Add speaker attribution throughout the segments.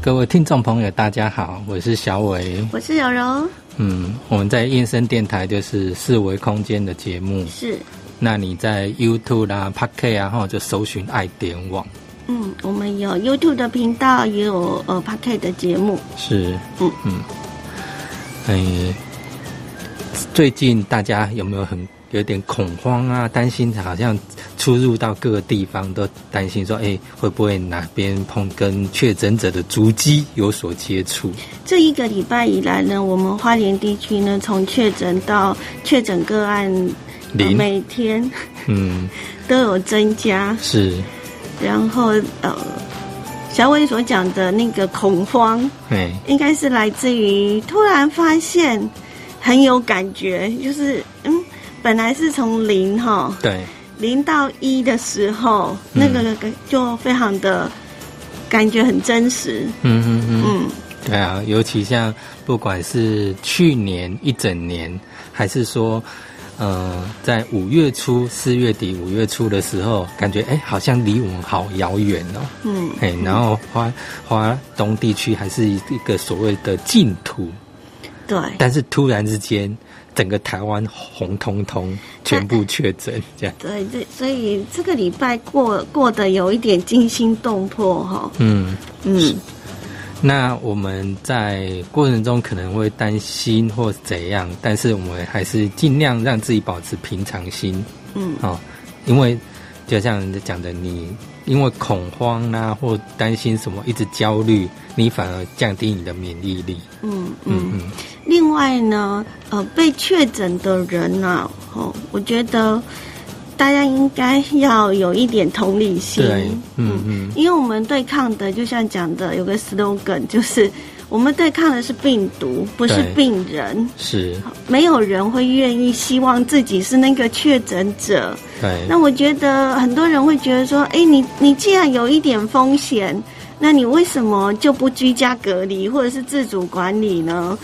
Speaker 1: 各位听众朋友，大家好，我是小伟。
Speaker 2: 我是柔柔，
Speaker 1: 嗯，我们在燕声电台就是四维空间的节目。
Speaker 2: 是，
Speaker 1: 那你在 YouTube 啦、p a k e 啊，哈，就搜寻爱点网。
Speaker 2: 嗯，我们有 YouTube 的频道，也有呃 p a k e 的节目，
Speaker 1: 是，
Speaker 2: 嗯
Speaker 1: 嗯，哎、最近大家有没有很有点恐慌啊？担心好像出入到各个地方都担心说，哎、会不会哪边碰跟确诊者的足迹有所接触？
Speaker 2: 这一个礼拜以来呢，我们花莲地区呢，从确诊到确诊个案，呃
Speaker 1: 零
Speaker 2: 每天
Speaker 1: 嗯，
Speaker 2: 都有增加。
Speaker 1: 是，
Speaker 2: 然后呃，小伟所讲的那个恐慌，
Speaker 1: 哎、
Speaker 2: 应该是来自于突然发现很有感觉，就是嗯，本来是从零哈
Speaker 1: 对，
Speaker 2: 零到一的时候，那个感就非常的感觉很真实，
Speaker 1: 嗯嗯嗯。
Speaker 2: 嗯，
Speaker 1: 对啊，尤其像不管是去年一整年，还是说，呃，在五月初、四月底、五月初的时候，感觉哎，好像离我们好遥远哦。
Speaker 2: 嗯，
Speaker 1: 哎，然后花花东地区还是一个所谓的净土，
Speaker 2: 对，
Speaker 1: 但是突然之间，整个台湾红彤彤，全部确诊这样。
Speaker 2: 对，这所以这个礼拜过过得有一点惊心动魄哈，
Speaker 1: 嗯，
Speaker 2: 嗯，
Speaker 1: 那我们在过程中可能会担心或怎样，但是我们还是尽量让自己保持平常心。
Speaker 2: 嗯，
Speaker 1: 哦，因为就像人家讲的，你因为恐慌啦、或担心什么，一直焦虑，你反而降低你的免疫力。
Speaker 2: 嗯
Speaker 1: 嗯
Speaker 2: 嗯。
Speaker 1: 嗯
Speaker 2: 另外呢，呃，被确诊的人啊，哦，我觉得大家应该要有一点同理心
Speaker 1: 对，，嗯嗯，
Speaker 2: 因为我们对抗的，就像讲的，有个 slogan 就是。我们对抗的是病毒，不是
Speaker 1: 对
Speaker 2: 病人。
Speaker 1: 是，
Speaker 2: 没有人会愿意希望自己是那个确诊者。
Speaker 1: 对，
Speaker 2: 那我觉得很多人会觉得说，哎，你你既然有一点风险，那你为什么就不居家隔离或者是自主管理呢？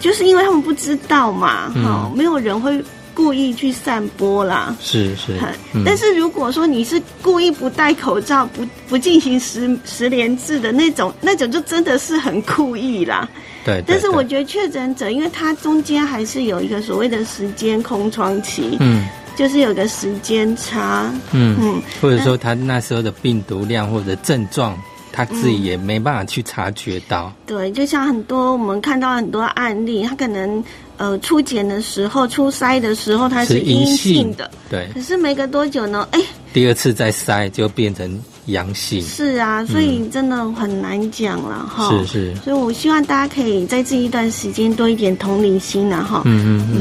Speaker 2: 就是因为他们不知道嘛，哈、
Speaker 1: 嗯
Speaker 2: 没有人会故意去散播啦。
Speaker 1: 是是
Speaker 2: 很，
Speaker 1: 嗯
Speaker 2: 但是如果说你是故意不戴口罩、不不进行十十连制的那种，那种就真的是很故意啦。
Speaker 1: 对，对
Speaker 2: 但是我
Speaker 1: 对
Speaker 2: 觉得确诊者，因为他中间还是有一个所谓的时间空窗期，
Speaker 1: 嗯
Speaker 2: 就是有个时间差，
Speaker 1: 嗯，
Speaker 2: 嗯，
Speaker 1: 或者说他那时候的病毒量或者症状，他自
Speaker 2: 嗯
Speaker 1: 己也没办法去察觉到。
Speaker 2: 对，就像很多我们看到很多案例，他可能呃初检的时候、初筛的时候他
Speaker 1: 是
Speaker 2: 是
Speaker 1: 阴
Speaker 2: 阴
Speaker 1: 性
Speaker 2: 性的，
Speaker 1: 对，
Speaker 2: 可是没隔多久呢，哎，
Speaker 1: 第二次再筛就变成阳性。
Speaker 2: 是啊，所以真的很难讲了哈。
Speaker 1: 是是，
Speaker 2: 所以我希望大家可以在这一段时间多一点同理心啊哈。
Speaker 1: 嗯嗯嗯，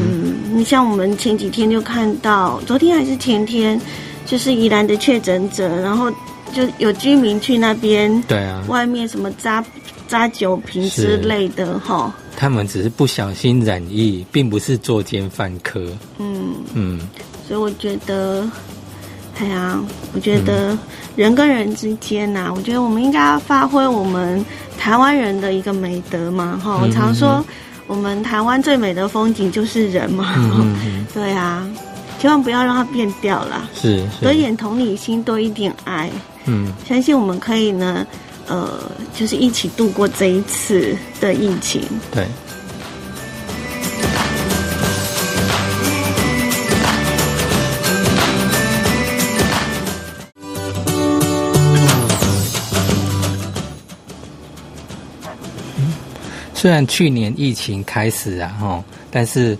Speaker 2: 嗯，你像我们前几天就看到，昨天还是前天，就是宜兰的确诊者，然后就有居民去那边
Speaker 1: 对啊，
Speaker 2: 外面什么扎扎酒瓶之类的哈，
Speaker 1: 他们只是不小心染疫，并不是作奸犯科。
Speaker 2: 嗯，
Speaker 1: 嗯，
Speaker 2: 所以我觉得，哎呀，我觉得人跟人之间呐、我觉得我们应该要发挥我们台湾人的一个美德嘛
Speaker 1: 嗯
Speaker 2: 哈，我常说我们台湾最美的风景就是人嘛，
Speaker 1: 嗯嗯嗯，
Speaker 2: 对啊，千万不要让它变掉了。
Speaker 1: 是是，
Speaker 2: 多一点同理心，多一点爱，
Speaker 1: 嗯
Speaker 2: 相信我们可以呢，呃，就是一起度过这一次的疫情。
Speaker 1: 对。嗯虽然去年疫情开始啊，哈，但是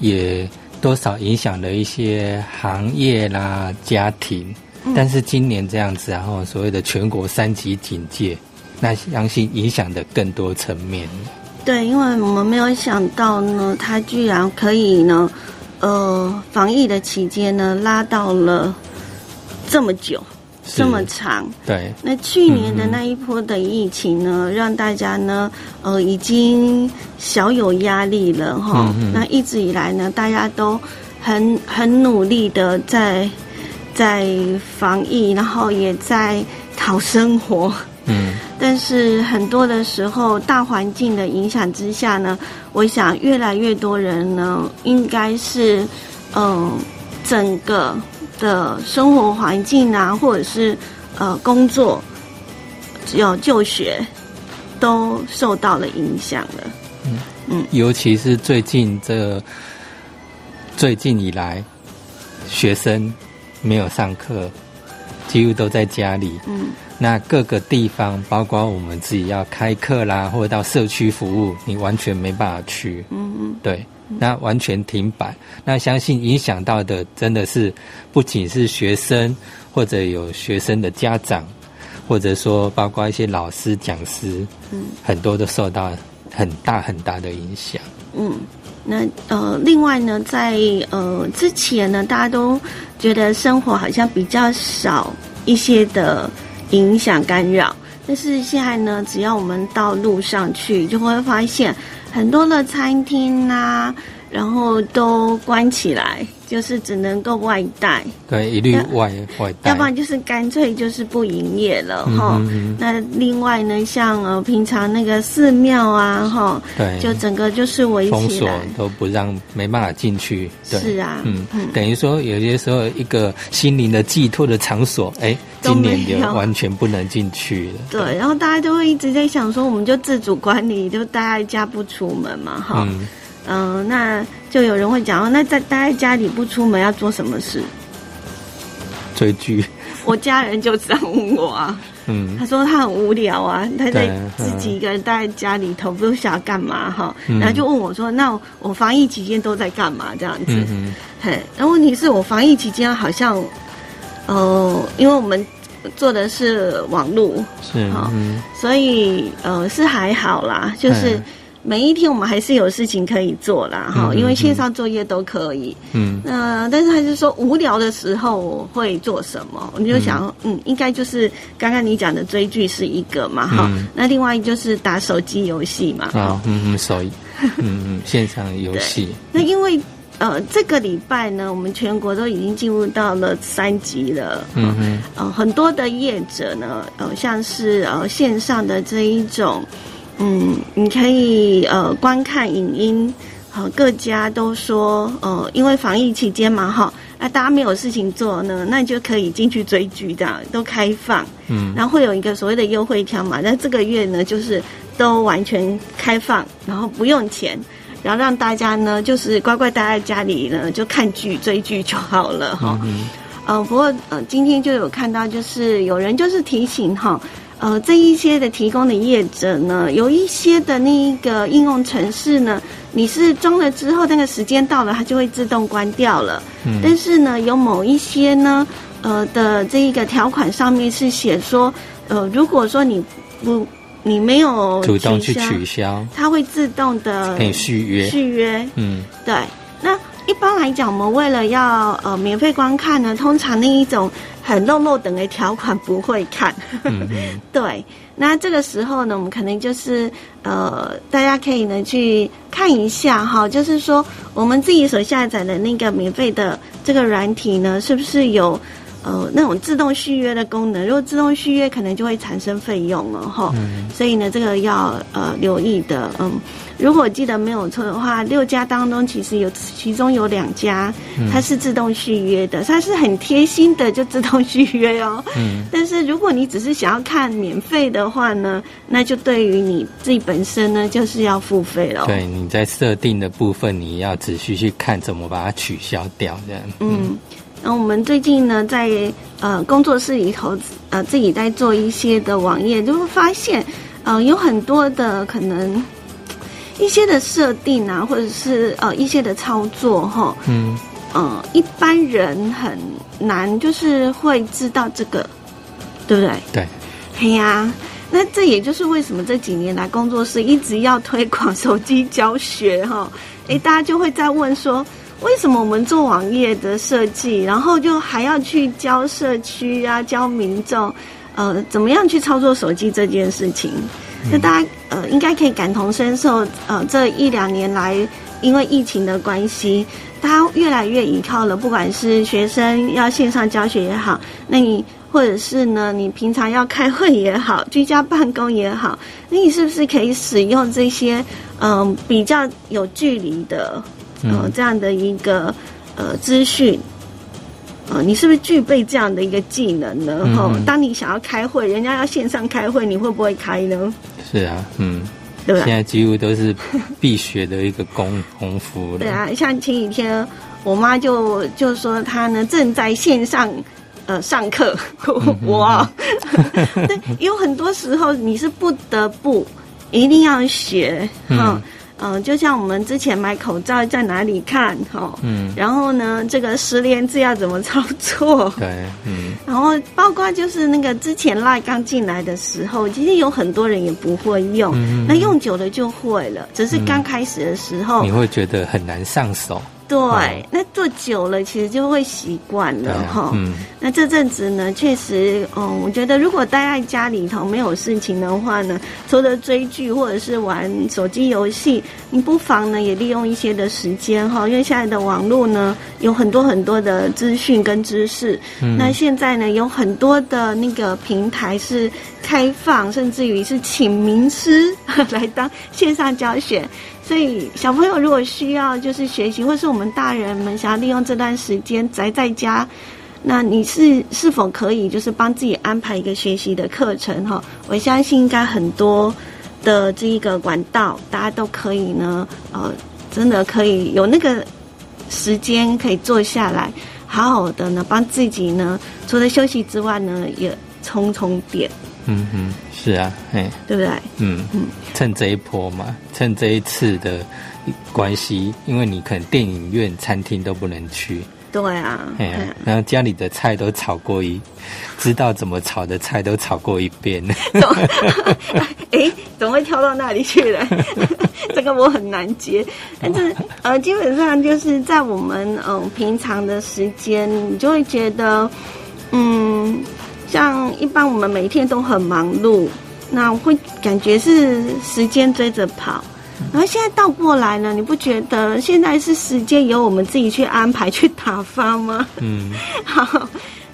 Speaker 1: 也多少影响了一些行业啦、家庭。但是今年这样子、啊，然后所谓的全国三级警戒，那相信影响的更多层面。
Speaker 2: 对，因为我们没有想到呢，它居然可以呢，呃，防疫的期间呢，拉到了这么久，
Speaker 1: 是
Speaker 2: 这么长。
Speaker 1: 对，
Speaker 2: 那去年的那一波的疫情呢，
Speaker 1: 嗯
Speaker 2: 让大家呢，呃，已经小有压力了哈。
Speaker 1: 嗯嗯
Speaker 2: 那一直以来呢，大家都很很努力的在在防疫，然后也在讨生活。
Speaker 1: 嗯，
Speaker 2: 但是很多的时候，大环境的影响之下呢，我想越来越多人呢，应该是，嗯、整个的生活环境啊，或者是呃工作，有就学，都受到了影响了。
Speaker 1: 尤其是最近这最近以来，学生没有上课，几乎都在家里。
Speaker 2: 嗯，
Speaker 1: 那各个地方，包括我们自己要开课啦，或者到社区服务，你完全没办法去。
Speaker 2: 嗯嗯
Speaker 1: 对，那完全停摆。那相信影响到的真的是不仅是学生，或者有学生的家长，或者说包括一些老师、讲师，
Speaker 2: 嗯，
Speaker 1: 很多都受到很大很大的影响。
Speaker 2: 嗯，那呃，另外呢，在呃之前呢，大家都觉得生活好像比较少一些的影响干扰，但是现在呢，只要我们到路上去，就会发现很多的餐厅啊，然后都关起来，就是只能够外带，
Speaker 1: 对，一律
Speaker 2: 要
Speaker 1: 外外带。
Speaker 2: 要不然就是干脆就是不营业了哈。
Speaker 1: 嗯哼嗯
Speaker 2: 那另外呢，像呃平常那个寺庙啊哈，
Speaker 1: 对，
Speaker 2: 就整个就是围
Speaker 1: 哎封
Speaker 2: 起
Speaker 1: 锁
Speaker 2: 来。
Speaker 1: 都不让，没办法进去。对，
Speaker 2: 是啊，
Speaker 1: 嗯，等于说有些时候一个心灵的寄托的场所，哎，
Speaker 2: 都
Speaker 1: 今
Speaker 2: 没有
Speaker 1: 年就完全不能进去了。
Speaker 2: 对，然后大家都会一直在想说，我们就自主管理，就待在家不出门嘛，哈，
Speaker 1: 嗯，
Speaker 2: 嗯、那就有人会讲，哦那在待在家里不出门要做什么事？
Speaker 1: 追剧，
Speaker 2: 我家人就这样问我啊，
Speaker 1: 嗯，
Speaker 2: 他说他很无聊啊，他在
Speaker 1: 对
Speaker 2: 自己一个人待在家里头，不知道干嘛哈，
Speaker 1: 嗯
Speaker 2: 然后就问我说，那我防疫期间都在干嘛这样子？
Speaker 1: 嗯嗯，
Speaker 2: 嘿，那问题是我防疫期间好像，呃，因为我们做的是网络，
Speaker 1: 是，
Speaker 2: 好
Speaker 1: 嗯，
Speaker 2: 所以呃是还好啦，就是
Speaker 1: 嗯
Speaker 2: 每一天我们还是有事情可以做啦，哈、
Speaker 1: 嗯嗯
Speaker 2: 因为线上作业都可以。
Speaker 1: 嗯，
Speaker 2: 那、但是他就说无聊的时候我会做什么？我就想，嗯应该就是刚刚你讲的追剧是一个嘛，哈、
Speaker 1: 嗯
Speaker 2: 那另外就是打手机游戏嘛，哈、
Speaker 1: 啊，嗯嗯，手，嗯嗯，线上游 戏，
Speaker 2: 那因为呃这个礼拜呢，我们全国都已经进入到了三级了，
Speaker 1: 嗯嗯，
Speaker 2: 呃，很多的业者呢，呃，像是呃线上的这一种，嗯，你可以呃观看影音，呃，各家都说，呃，因为防疫期间嘛，哈，那、大家没有事情做呢，那你就可以进去追剧，这样都开放，
Speaker 1: 嗯，
Speaker 2: 然后会有一个所谓的优惠条码，那这个月呢，就是都完全开放，然后不用钱。然后让大家呢，就是乖乖待在家里呢，就看剧追剧就好了哈。
Speaker 1: 嗯
Speaker 2: 呃，不过呃，今天就有看到，就是有人就是提醒哈，呃，这一些的提供的业者呢，有一些的那一个应用程式呢，你是装了之后，那个时间到了，它就会自动关掉了。但
Speaker 1: 嗯，
Speaker 2: 是呢，有某一些呢，呃的这一个条款上面是写说，呃，如果说你不你没有
Speaker 1: 主动去
Speaker 2: 消
Speaker 1: 取消，
Speaker 2: 它会自动的
Speaker 1: 可以续约，
Speaker 2: 续约，
Speaker 1: 嗯
Speaker 2: 对，那一般来讲，我们为了要呃免费观看呢，通常那一种很漏漏等的条款不会看。
Speaker 1: 嗯嗯，
Speaker 2: 对，那这个时候呢，我们可能就是呃，大家可以呢去看一下哈，就是说我们自己所下载的那个免费的这个软体呢，是不是有呃那种自动续约的功能？如果自动续约，可能就会产生费用了哈。
Speaker 1: 嗯
Speaker 2: 所以呢，这个要呃留意的，嗯，如果我记得没有错的话，六家当中其实有其中有两家
Speaker 1: 嗯
Speaker 2: 它是自动续约的，它是很贴心的就自动续约哦。
Speaker 1: 嗯
Speaker 2: 但是如果你只是想要看免费的话呢，那就对于你自己本身呢就是要付费了。
Speaker 1: 对，你在设定的部分，你要仔细去看怎么把它取消掉，这样。
Speaker 2: 嗯，那我们最近呢，在呃工作室里头，呃自己在做一些的网页，就会发现，呃有很多的可能一些的设定啊，或者是呃一些的操作哈，
Speaker 1: 嗯
Speaker 2: 呃一般人很难就是会知道这个，对不对？
Speaker 1: 对，
Speaker 2: 嘿哎呀、那这也就是为什么这几年来工作室一直要推广手机教学哈、诶，大家就会在问说，为什么我们做网页的设计，然后就还要去教社区啊，教民众，呃，怎么样去操作手机这件事情？
Speaker 1: 嗯
Speaker 2: 那大家呃，应该可以感同身受，呃，这一两年来，因为疫情的关系，大家越来越依靠了，不管是学生要线上教学也好，那你或者是呢，你平常要开会也好，居家办公也好，那你是不是可以使用这些嗯、呃比较有距离的呃
Speaker 1: 嗯
Speaker 2: 这样的一个呃资讯？呃，你是不是具备这样的一个技能呢？哈、
Speaker 1: 嗯
Speaker 2: 当你想要开会，人家要线上开会，你会不会开呢？
Speaker 1: 是啊，嗯，
Speaker 2: 对不
Speaker 1: 现
Speaker 2: 对？
Speaker 1: 在几乎都是必学的一个功功夫了。
Speaker 2: 对啊，像前几天我妈就就说她呢正在线上呃上课，
Speaker 1: 嗯
Speaker 2: 我啊，对，有很多时候你是不得不一定要学，哈
Speaker 1: 嗯
Speaker 2: 嗯、呃就像我们之前买口罩在哪里看，哈、
Speaker 1: 嗯，
Speaker 2: 然后呢，这个十连字要怎么操作？
Speaker 1: 对，嗯，
Speaker 2: 然后包括就是那个之前赖刚进来的时候，其实有很多人也不会用，
Speaker 1: 嗯嗯
Speaker 2: 那用久了就会了，只是刚开始的时候，
Speaker 1: 你会觉得很难上手。
Speaker 2: 对，
Speaker 1: 嗯
Speaker 2: 那做久了其实就会习惯
Speaker 1: 对
Speaker 2: 了
Speaker 1: 啊
Speaker 2: 哈。
Speaker 1: 嗯，
Speaker 2: 那这阵子呢，确实，嗯，我觉得如果待在家里头没有事情的话呢，除了追剧或者是玩手机游戏，你不妨呢也利用一些的时间哈，因为现在的网络呢有很多很多的资讯跟知识，
Speaker 1: 嗯
Speaker 2: 那现在呢有很多的那个平台是开放，甚至于是请名师 来当线上教学。所以小朋友如果需要就是学习，或是我们大人们想要利用这段时间宅在家，那你是是否可以就是帮自己安排一个学习的课程哈？我相信应该很多的这一个管道，大家都可以呢，呃，真的可以有那个时间可以坐下来，好好的呢帮自己呢，除了休息之外呢，也充充电，
Speaker 1: 嗯嗯，是啊，哎，
Speaker 2: 对不对？
Speaker 1: 嗯，趁这一波嘛，趁这一次的关系，因为你可能电影院、餐厅都不能去，
Speaker 2: 对啊，
Speaker 1: 哎呀、然后家里的菜都炒过一，知道怎么炒的菜都炒过一遍，
Speaker 2: 怎么哎，怎么会跳到那里去了？ 这个我很难接。但是呃，基本上就是在我们嗯、呃平常的时间，你就会觉得嗯，像一般我们每天都很忙碌，那会感觉是时间追着跑。然后现在倒过来呢，你不觉得现在是时间由我们自己去安排、去打发吗？
Speaker 1: 嗯
Speaker 2: 好，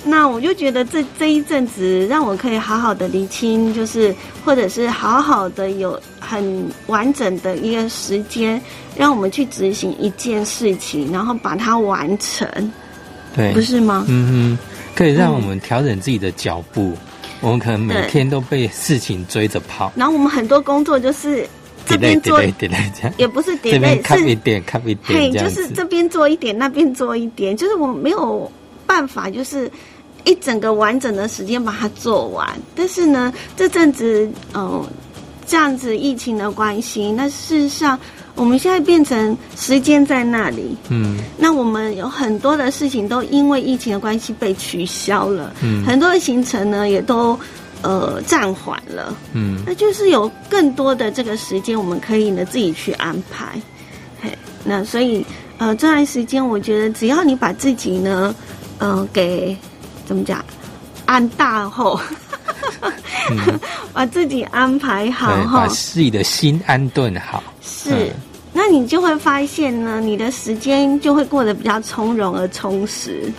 Speaker 2: 那我就觉得这这一阵子让我可以好好的厘清，就是或者是好好的有很完整的一个时间，让我们去执行一件事情，然后把它完成，
Speaker 1: 对，
Speaker 2: 不是吗？
Speaker 1: 嗯哼，可以让我们调整自己的脚步。我们可能每
Speaker 2: 对
Speaker 1: 天都被事情追着跑，
Speaker 2: 然后我们很多工作就是这边
Speaker 1: delay
Speaker 2: 做，
Speaker 1: delay delay 这样，
Speaker 2: 也不是
Speaker 1: 这边
Speaker 2: delay，
Speaker 1: 看一
Speaker 2: 是
Speaker 1: 点看一
Speaker 2: 嘿，
Speaker 1: 点这
Speaker 2: 就
Speaker 1: 样
Speaker 2: 是
Speaker 1: 子，
Speaker 2: 这边做一点，那边做一点，就是我没有办法，就是一整个完整的时间把它做完。但是呢，这阵子，嗯、这样子疫情的关系，那事实上我们现在变成时间在那里，
Speaker 1: 嗯
Speaker 2: 那我们有很多的事情都因为疫情的关系被取消了，
Speaker 1: 嗯
Speaker 2: 很多的行程呢也都呃暂缓了。
Speaker 1: 嗯
Speaker 2: 那就是有更多的这个时间，我们可以呢自己去安排。嘿，那所以呃这段时间，我觉得只要你把自己呢，呃给怎么讲，安大后， 把自己安排好
Speaker 1: 嗯对，
Speaker 2: 哈
Speaker 1: 把，自己的心安顿好，
Speaker 2: 是。
Speaker 1: 嗯
Speaker 2: 那你就会发现呢，你的时间就会过得比较从容而充实。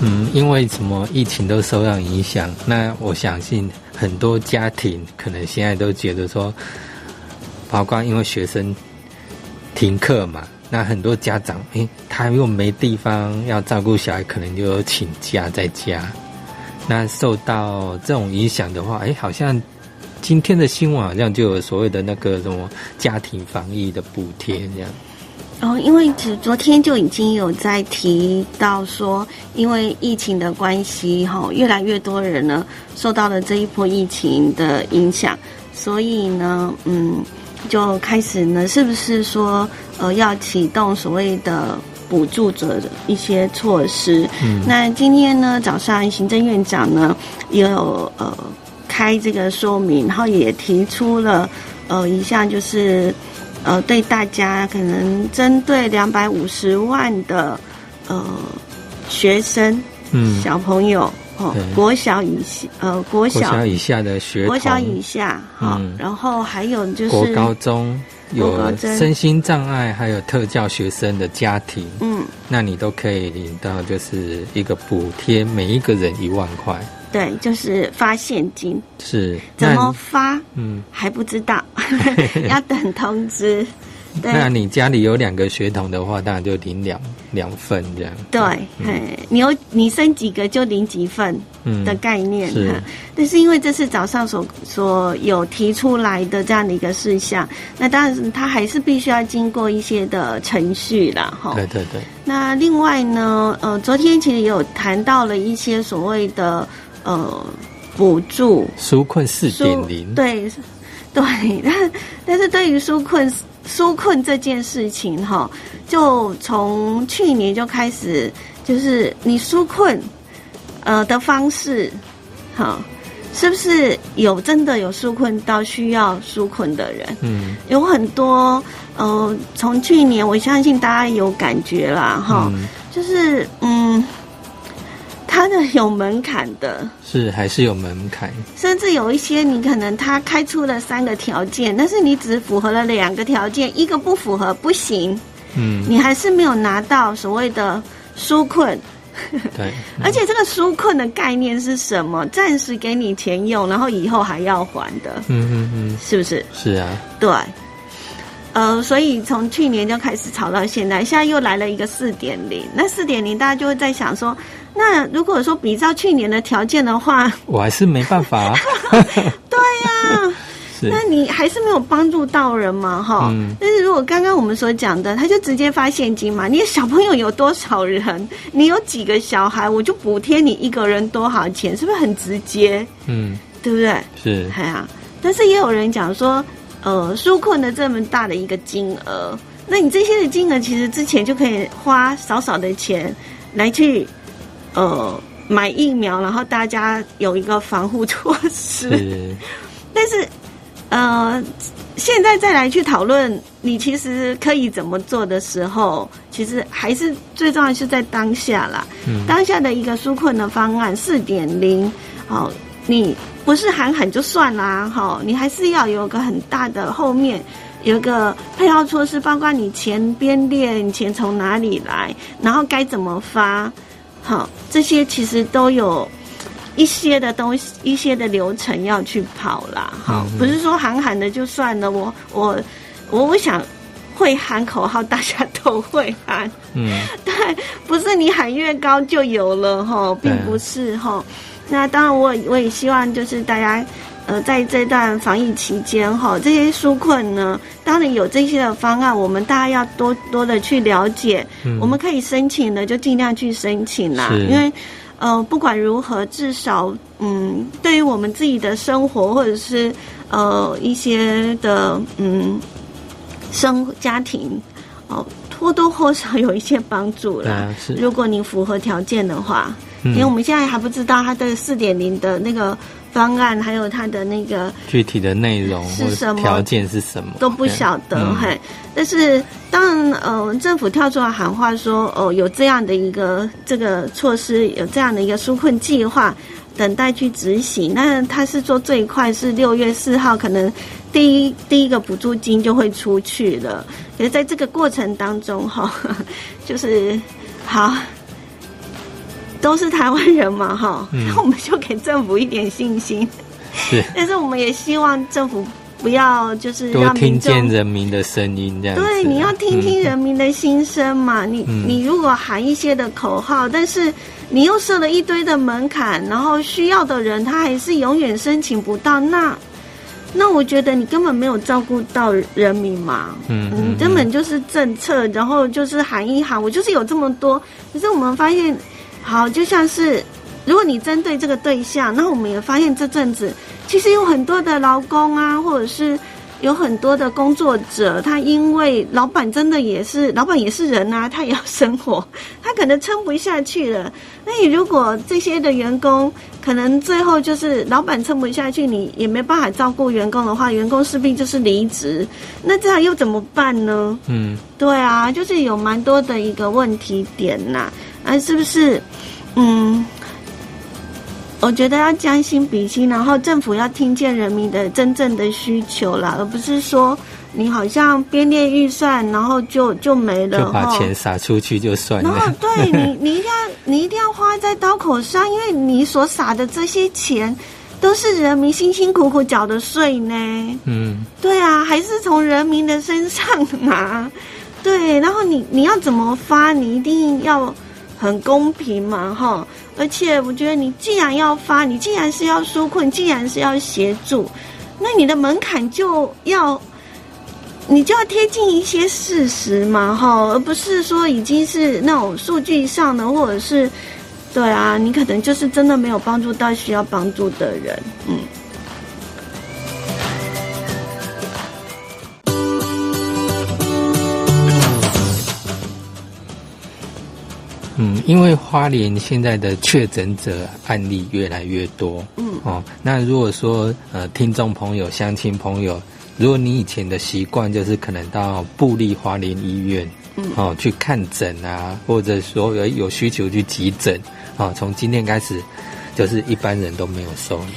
Speaker 1: 嗯，因为什么疫情都受到影响，那我相信很多家庭可能现在都觉得说，包括因为学生停课嘛，那很多家长诶、他又没地方要照顾小孩，可能就请假在家。那受到这种影响的话，诶、好像今天的新闻好像就有所谓的那个什么家庭防疫的补贴这样。
Speaker 2: 然后、哦因为昨昨天就已经有在提到说，因为疫情的关系，哈、越来越多人呢受到了这一波疫情的影响，所以呢，嗯，就开始呢，是不是说，呃，要启动所谓的补助者的一些措施？
Speaker 1: 嗯
Speaker 2: 那今天呢，早上行政院长呢也有呃开这个说明，然后也提出了呃一项就是呃对大家可能针对两百五十万的呃学生
Speaker 1: 嗯，
Speaker 2: 小朋友哦
Speaker 1: 对，
Speaker 2: 国小以下呃国
Speaker 1: 国
Speaker 2: 小
Speaker 1: 小以下的学
Speaker 2: 国小
Speaker 1: 童
Speaker 2: 以下哈、
Speaker 1: 嗯
Speaker 2: 然后还有就是
Speaker 1: 国高中
Speaker 2: 国高
Speaker 1: 有
Speaker 2: 中
Speaker 1: 身心障碍还有特教学生的家庭，
Speaker 2: 嗯
Speaker 1: 那你都可以领到就是一个补贴，每一个人一万块。
Speaker 2: 对，就是发现金
Speaker 1: 是，
Speaker 2: 怎
Speaker 1: 那
Speaker 2: 么
Speaker 1: 你
Speaker 2: 发
Speaker 1: 嗯，
Speaker 2: 还不知道。 要等通知。对
Speaker 1: 那你家里有两个血统的话，当然就领两两份这样。
Speaker 2: 对，嘿，你有你生几个就领几份
Speaker 1: 嗯
Speaker 2: 的概念
Speaker 1: 是
Speaker 2: 哈、但是因为这是早上所所有提出来的这样的一个事项，那当然它还是必须要经过一些的程序啦，哈。
Speaker 1: 对对对，
Speaker 2: 那另外呢，呃，昨天其实也有谈到了一些所谓的呃补助，
Speaker 1: 纾困四
Speaker 2: 纾
Speaker 1: 点零，
Speaker 2: 对对， 但但是对于纾困纾困这件事情哈，就从去年就开始，就是你纾困呃的方式，哈，是不是有真的有纾困到需要纾困的人？
Speaker 1: 嗯，
Speaker 2: 有很多呃，从去年我相信大家有感觉啦，哈，
Speaker 1: 嗯
Speaker 2: 就是嗯，它的有门槛的，
Speaker 1: 是还是有门槛，
Speaker 2: 甚至有一些你可能他开出了三个条件，但是你只符合了两个条件，一个不符合不行，
Speaker 1: 嗯，
Speaker 2: 你还是没有拿到所谓的纾困。
Speaker 1: 对，
Speaker 2: 而且这个纾困的概念是什么？暂时给你钱用，然后以后还要还的，
Speaker 1: 嗯嗯嗯，
Speaker 2: 是不是？
Speaker 1: 是啊，
Speaker 2: 对。呃，所以从去年就开始炒到现在，现在又来了一个四点零。那四点零，大家就会在想说，那如果说比照去年的条件的话，
Speaker 1: 我还是没办法、啊，
Speaker 2: 对呀、
Speaker 1: 是
Speaker 2: 那你还是没有帮助到人嘛，哈、
Speaker 1: 嗯
Speaker 2: 但是如果刚刚我们所讲的，他就直接发现金嘛，你的小朋友有多少人，你有几个小孩，我就补贴你一个人多少钱，是不是很直接？
Speaker 1: 嗯
Speaker 2: 对不对？
Speaker 1: 是，
Speaker 2: 哎呀、但是也有人讲说，呃，纾困的这么大的一个金额，那你这些的金额其实之前就可以花少少的钱来去，呃。买疫苗，然后大家有一个防护措施。
Speaker 1: 是
Speaker 2: 但是，呃，现在再来去讨论你其实可以怎么做的时候，其实还是最重要的是在当下啦。
Speaker 1: 嗯
Speaker 2: 当下的一个纾困的方案四点零，好，你不是喊喊就算啦，哈，你还是要有个很大的后面。有一个配套措施，包括你钱编列，你钱从哪里来，然后该怎么发，好，这些其实都有一些的东西，一些的流程要去跑啦。
Speaker 1: 嗯
Speaker 2: 哈、
Speaker 1: 嗯
Speaker 2: 不是说喊喊的就算了。我我我我想会喊口号，大家都会喊，
Speaker 1: 嗯
Speaker 2: 对，不是你喊越高就有了哈，
Speaker 1: 对
Speaker 2: 并不是哈。那当然我，我也希望就是大家。呃，在这段防疫期间，哈，这些纾困呢，当然有这些的方案，我们大家要多多的去了解，
Speaker 1: 嗯，
Speaker 2: 我们可以申请的就尽量去申请啦，
Speaker 1: 是
Speaker 2: 因为呃，不管如何，至少嗯，对于我们自己的生活或者是呃一些的嗯生家庭哦、或多或少有一些帮助
Speaker 1: 对
Speaker 2: 啦。
Speaker 1: 啊是，
Speaker 2: 如果你符合条件的话，
Speaker 1: 嗯
Speaker 2: 因为我们现在还不知道它的四点零的那个方案，还有它的那个
Speaker 1: 具体的内容
Speaker 2: 是
Speaker 1: 或
Speaker 2: 什么
Speaker 1: 条件是什么
Speaker 2: 都不
Speaker 1: 对
Speaker 2: 晓得
Speaker 1: 嗯
Speaker 2: 嘿、但是当然，呃，政府跳出来喊话说，哦、有这样的一个这个措施，有这样的一个纾困计划，等待去执行。那他是说最快是六月四号，可能第一第一个补助金就会出去了。可是在这个过程当中，哈， 就是好。都是台湾人嘛，哈、
Speaker 1: 嗯
Speaker 2: 那我们就给政府一点信心。
Speaker 1: 是
Speaker 2: 但是我们也希望政府不要就是
Speaker 1: 多
Speaker 2: 让
Speaker 1: 听
Speaker 2: 民众
Speaker 1: 见人民的声音这样子，啊
Speaker 2: 对，你要听听人民的心声嘛。你
Speaker 1: 嗯
Speaker 2: 你如果喊一些的口号，但是你又设了一堆的门槛，然后需要的人他还是永远申请不到，那那我觉得你根本没有照顾到人民嘛。
Speaker 1: 嗯，嗯
Speaker 2: 嗯，根本就是政策，然后就是喊一喊，我就是有这么多。可是我们发现，好，就像是如果你针对这个对象，那我们也发现这阵子其实有很多的劳工啊，或者是有很多的工作者，他因为老板真的也是老板也是人啊，他也要生活，他可能撑不下去了。那你如果这些的员工，可能最后就是老板撑不下去，你也没办法照顾员工的话，员工势必就是离职。那这样又怎么办呢？
Speaker 1: 嗯
Speaker 2: 对啊，就是有蛮多的一个问题点呐、啊，是不是？嗯，我觉得要将心比心，然后政府要听见人民的真正的需求啦，而不是说你好像编列预算，然后就就没了
Speaker 1: 就把
Speaker 2: 吼
Speaker 1: 钱撒出去就算
Speaker 2: 然后
Speaker 1: 了，
Speaker 2: 对你，你一定要你一定要花在刀口上，因为你所撒的这些钱，都是人民辛辛苦苦缴的税呢。
Speaker 1: 嗯，
Speaker 2: 对啊，还是从人民的身上拿。 对，然后你你要怎么发，你一定要很公平嘛，哈。而且我觉得你既然要发，你既然是要纾困，既然是要协助，那你的门槛就要，你就要贴近一些事实嘛，哈，而不是说已经是那种数据上的，或者是，对啊，你可能就是真的没有帮助到需要帮助的人，嗯。
Speaker 1: 嗯，因为花莲现在的确诊者案例越来越多，嗯，哦，那如果说呃，听众朋友、乡亲朋友，如果你以前的习惯就是可能到布利花莲医院，嗯，哦，去看诊啊，或者说有有需求去急诊，啊、哦，从今天开始，就是一般人都没有收你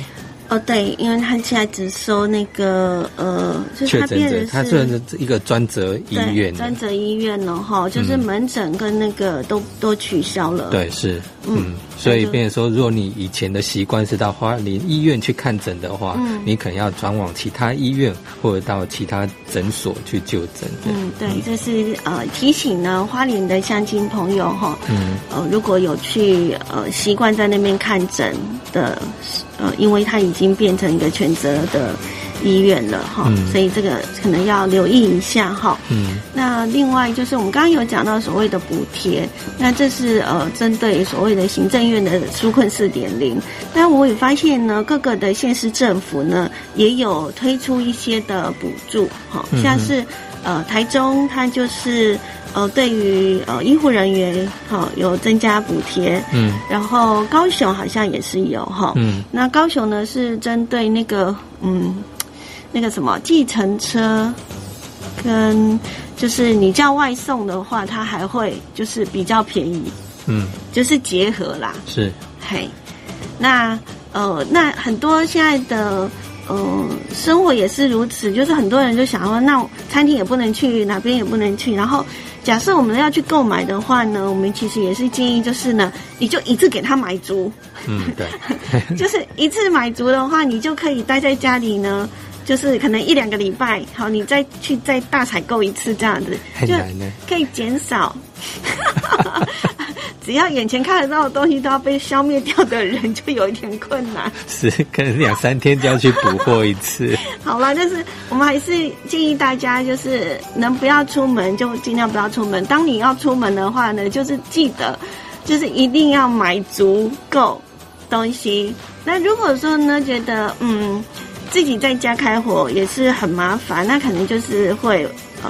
Speaker 2: 哦，对，因为他现在只收那个呃，就是
Speaker 1: 确
Speaker 2: 他
Speaker 1: 诊
Speaker 2: 变
Speaker 1: 者
Speaker 2: 成，
Speaker 1: 它
Speaker 2: 是
Speaker 1: 算是一个专责医
Speaker 2: 对
Speaker 1: 院，嗯
Speaker 2: 专责医院了哈，就是门诊跟那个都、都取消了。，
Speaker 1: 对，是，嗯，所以变成说，如果你以前的习惯是到花莲医院去看诊的话，
Speaker 2: 嗯
Speaker 1: 你可能要转往其他医院或者到其他诊所去就诊。对，
Speaker 2: 嗯，对，这是呃提醒呢花莲的乡亲朋友哈，
Speaker 1: 嗯，
Speaker 2: 呃如果有去呃习惯在那边看诊的，呃因为它已经变成一个全责的医院了哈，
Speaker 1: 嗯
Speaker 2: 所以这个可能要留意一下哈。
Speaker 1: 嗯，
Speaker 2: 那另外就是我们刚刚有讲到所谓的补贴，那这是呃针对所谓的行政院的纾困四点零。那我也发现呢，各个的县市政府呢也有推出一些的补助，哈、
Speaker 1: 嗯哼
Speaker 2: 像是呃台中它就是呃对于呃医护人员哈、有增加补贴，
Speaker 1: 嗯，
Speaker 2: 然后高雄好像也是有哈、
Speaker 1: 嗯，
Speaker 2: 那高雄呢是针对那个嗯，那个什么计程车跟就是你叫外送的话，它还会就是比较便宜，
Speaker 1: 嗯，
Speaker 2: 就是结合啦，
Speaker 1: 是，
Speaker 2: 嘿。那呃，那很多现在的呃生活也是如此，就是很多人就想说，那餐厅也不能去，哪边也不能去，然后。假设我们要去购买的话呢，我们其实也是建议，就是呢，你就一次给他买足，
Speaker 1: 嗯， 对，
Speaker 2: 就是一次买足的话，你就可以待在家里呢，就是可能一两个礼拜，好，你再去再大采购一次这样子，
Speaker 1: 很
Speaker 2: 就
Speaker 1: 难呢。
Speaker 2: 可以减少。 只要眼前看得到的东西都要被消灭掉的人，就有一点困难。
Speaker 1: 是，可能两三天就要去补货一次。
Speaker 2: 好啦，但是我们还是建议大家，就是能不要出门就尽量不要出门。当你要出门的话呢，就是记得，就是一定要买足够东西。那如果说呢，觉得嗯自己在家开火也是很麻烦，那可能就是会呃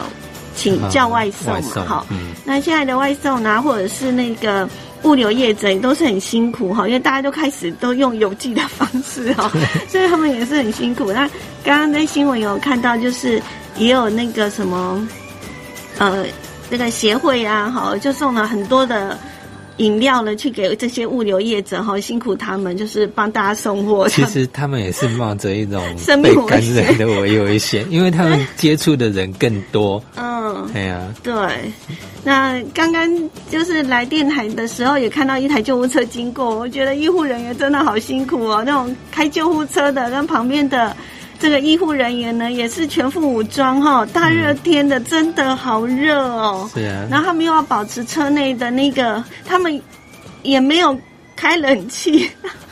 Speaker 2: 请叫外送
Speaker 1: 外
Speaker 2: 嘛，好。
Speaker 1: 嗯，
Speaker 2: 那现在的外送啊，或者是那个物流业者也都是很辛苦哈，因为大家都开始都用邮寄的方式哈，所以他们也是很辛苦。那刚刚在新闻有看到，就是也有那个什么，呃，那个协会啊，哈，就送了很多的。饮料呢，去给这些物流业者哈，辛苦他们，就是帮大家送货。
Speaker 1: 其实他们也是冒着一种
Speaker 2: 生命
Speaker 1: 被
Speaker 2: 危
Speaker 1: 感
Speaker 2: 险
Speaker 1: 染的危险，因为他 们接触的人更多。
Speaker 2: 嗯，
Speaker 1: 哎呀，
Speaker 2: 对，那刚刚就是来电台的时候，也看到一台救护车经过，我觉得医护人员真的好辛苦哦。那种开救护车的，跟旁边的这个医护人员呢，也是全副武装哈、哦。大热天的，真的好热哦。
Speaker 1: 是啊，
Speaker 2: 然后他们又要保持车内的那个，他们也没有开冷气，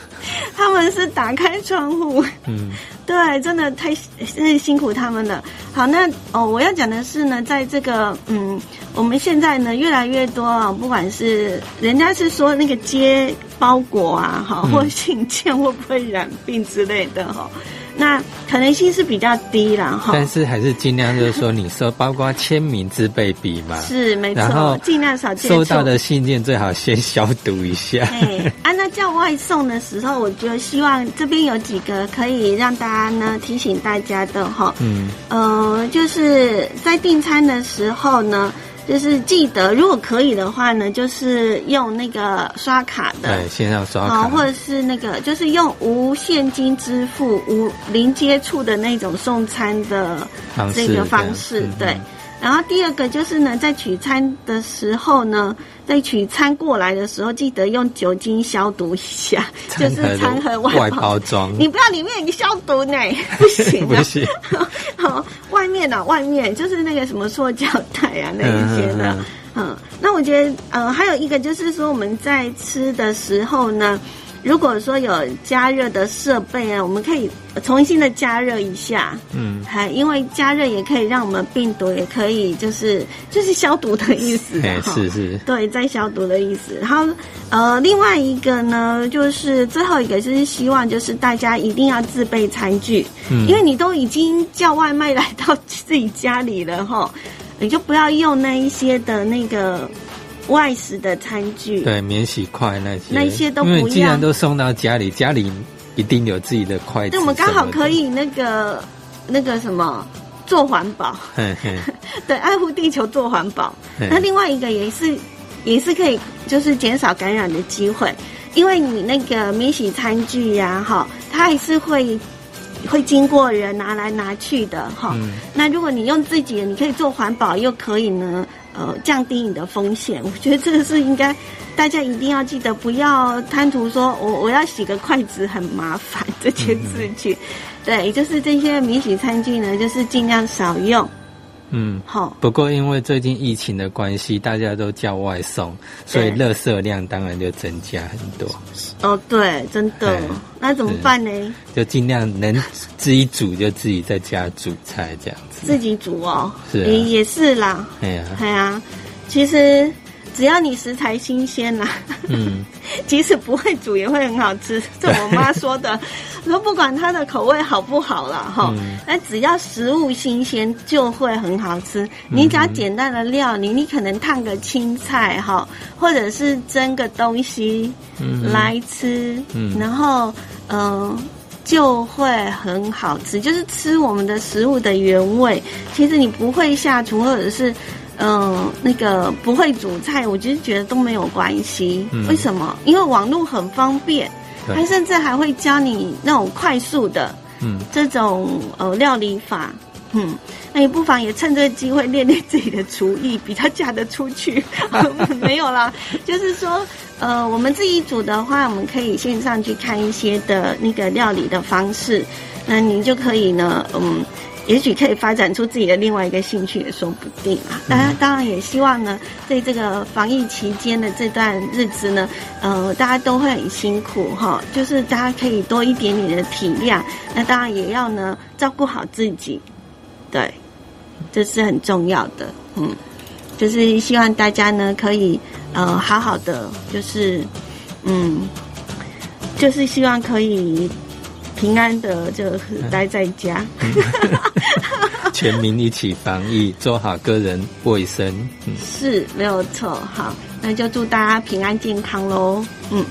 Speaker 2: 他们是打开窗户。
Speaker 1: 嗯
Speaker 2: 对，真的太真的辛苦他们了。好，那哦，我要讲的是呢，在这个嗯，我们现在呢越来越多啊，不管是人家是说那个接包裹啊，哈，
Speaker 1: 嗯
Speaker 2: 或信件会不会染病之类的哈，那可能性是比较低啦哈。
Speaker 1: 但是还是尽量就是说，你收包括签名之备笔嘛，
Speaker 2: 是啊没
Speaker 1: 然
Speaker 2: 错
Speaker 1: 后，
Speaker 2: 尽量少接触。
Speaker 1: 收到的信件最好先消毒一下。
Speaker 2: 哎，啊，那叫外送的时候，我就希望这边有几个可以让大家呢提醒大家的哈。
Speaker 1: 嗯
Speaker 2: 呃，就是在订餐的时候呢，就是记得如果可以的话呢，就是用那个刷卡的
Speaker 1: 对，，先要刷
Speaker 2: 好、
Speaker 1: 卡，
Speaker 2: 或者是那个就是用无现金支付、无零接触的那种送餐的
Speaker 1: 方式
Speaker 2: 这个方式，
Speaker 1: 这样嗯
Speaker 2: 对。然后第二个就是呢，在取餐的时候呢，在取餐过来的时候，记得用酒精消毒一下， 就是餐盒
Speaker 1: 外
Speaker 2: 外包。
Speaker 1: 装，
Speaker 2: 你不要里面消毒呢， 不行
Speaker 1: 不
Speaker 2: 啊！
Speaker 1: 行，
Speaker 2: 好，外面啊，外面就是那个什么塑胶袋啊，那一些的。
Speaker 1: 嗯嗯
Speaker 2: 嗯，那我觉得，呃，还有一个就是说，我们在吃的时候呢，如果说有加热的设备啊，我们可以重新的加热一下，
Speaker 1: 嗯，
Speaker 2: 还因为加热也可以让我们病毒也可以就是就是消毒的意思
Speaker 1: 哎、
Speaker 2: 啊哈。
Speaker 1: 是是，
Speaker 2: 对，在消毒的意思。然后，呃，另外一个呢，就是最后一个就是希望，就是大家一定要自备餐具，
Speaker 1: 嗯
Speaker 2: 因为你都已经叫外卖来到自己家里了哈，你就不要用那一些的那个外食的餐具。
Speaker 1: 对免洗筷那些，
Speaker 2: 那些都
Speaker 1: 因为
Speaker 2: 不
Speaker 1: 既然
Speaker 2: 要
Speaker 1: 都送到家里，家里一定有自己的筷子，
Speaker 2: 对，我们刚好可，以那个那个什么做环保。
Speaker 1: 嘿 嘿，
Speaker 2: 对，爱护地球做环保。
Speaker 1: 嗯
Speaker 2: 那另外一个也是，也是可以，就是减少感染的机会，因为你那个免洗餐具呀、哈，它还是会会经过人拿来拿去的哈。
Speaker 1: 嗯
Speaker 2: 那如果你用自己的，你可以做环保，又可以呢，呃，降低你的风险。我觉得这个是应该大家一定要记得，不要贪图说我我要洗个筷子很麻烦这件事情。对，就是这些免洗餐具呢，就是尽量少用。
Speaker 1: 嗯。
Speaker 2: 好、
Speaker 1: 不过，因为最近疫情的关系，大家都叫外送，所以垃圾量当然就增加很多，
Speaker 2: 哦，对，真的
Speaker 1: 哎，
Speaker 2: 那怎么办呢？
Speaker 1: 就尽量能自己煮就自己在家煮菜这样子。
Speaker 2: 自己煮哦，
Speaker 1: 是啊
Speaker 2: 也也是啦，
Speaker 1: 哎呀，
Speaker 2: 哎呀，其实只要你食材新鲜啦，
Speaker 1: 嗯，
Speaker 2: 即使不会煮也会很好 吃，这我妈说的，说不管它的口味好不好啦，哈
Speaker 1: 嗯，
Speaker 2: 那、只要食物新鲜就会很好吃。
Speaker 1: 嗯
Speaker 2: 你只要简单的料理，你可能烫个青菜哈，或者是蒸个东西
Speaker 1: 嗯
Speaker 2: 来吃，
Speaker 1: 嗯
Speaker 2: 然后嗯、呃就会很好吃，就是吃我们的食物的原味。其实你不会下厨或者是。嗯，那个不会煮菜，我就是觉得都没有关系。
Speaker 1: 嗯
Speaker 2: 为什么？因为网络很方便，
Speaker 1: 对
Speaker 2: 它甚至还会教你那种快速的
Speaker 1: 嗯，
Speaker 2: 这种呃料理法。嗯，那你不妨也趁这个机会练练自己的厨艺，比较嫁得出去。 没有啦，就是说，呃，我们自己煮的话，我们可以线上去看一些的那个料理的方式，那您就可以呢，嗯，也许可以发展出自己的另外一个兴趣也说不定啊。当然，当然也希望呢，在这个防疫期间的这段日子呢，呃，大家都会很辛苦哈，就是大家可以多一点点的体谅，那当然也要呢照顾好自己，对，这是很重要的，嗯，就是希望大家呢可以呃好好的，就是嗯，就是希望可以平安的就是待在家，
Speaker 1: 全民一起防疫，做好个人卫生。嗯，
Speaker 2: 是没有错，好，那就祝大家平安健康喽，嗯，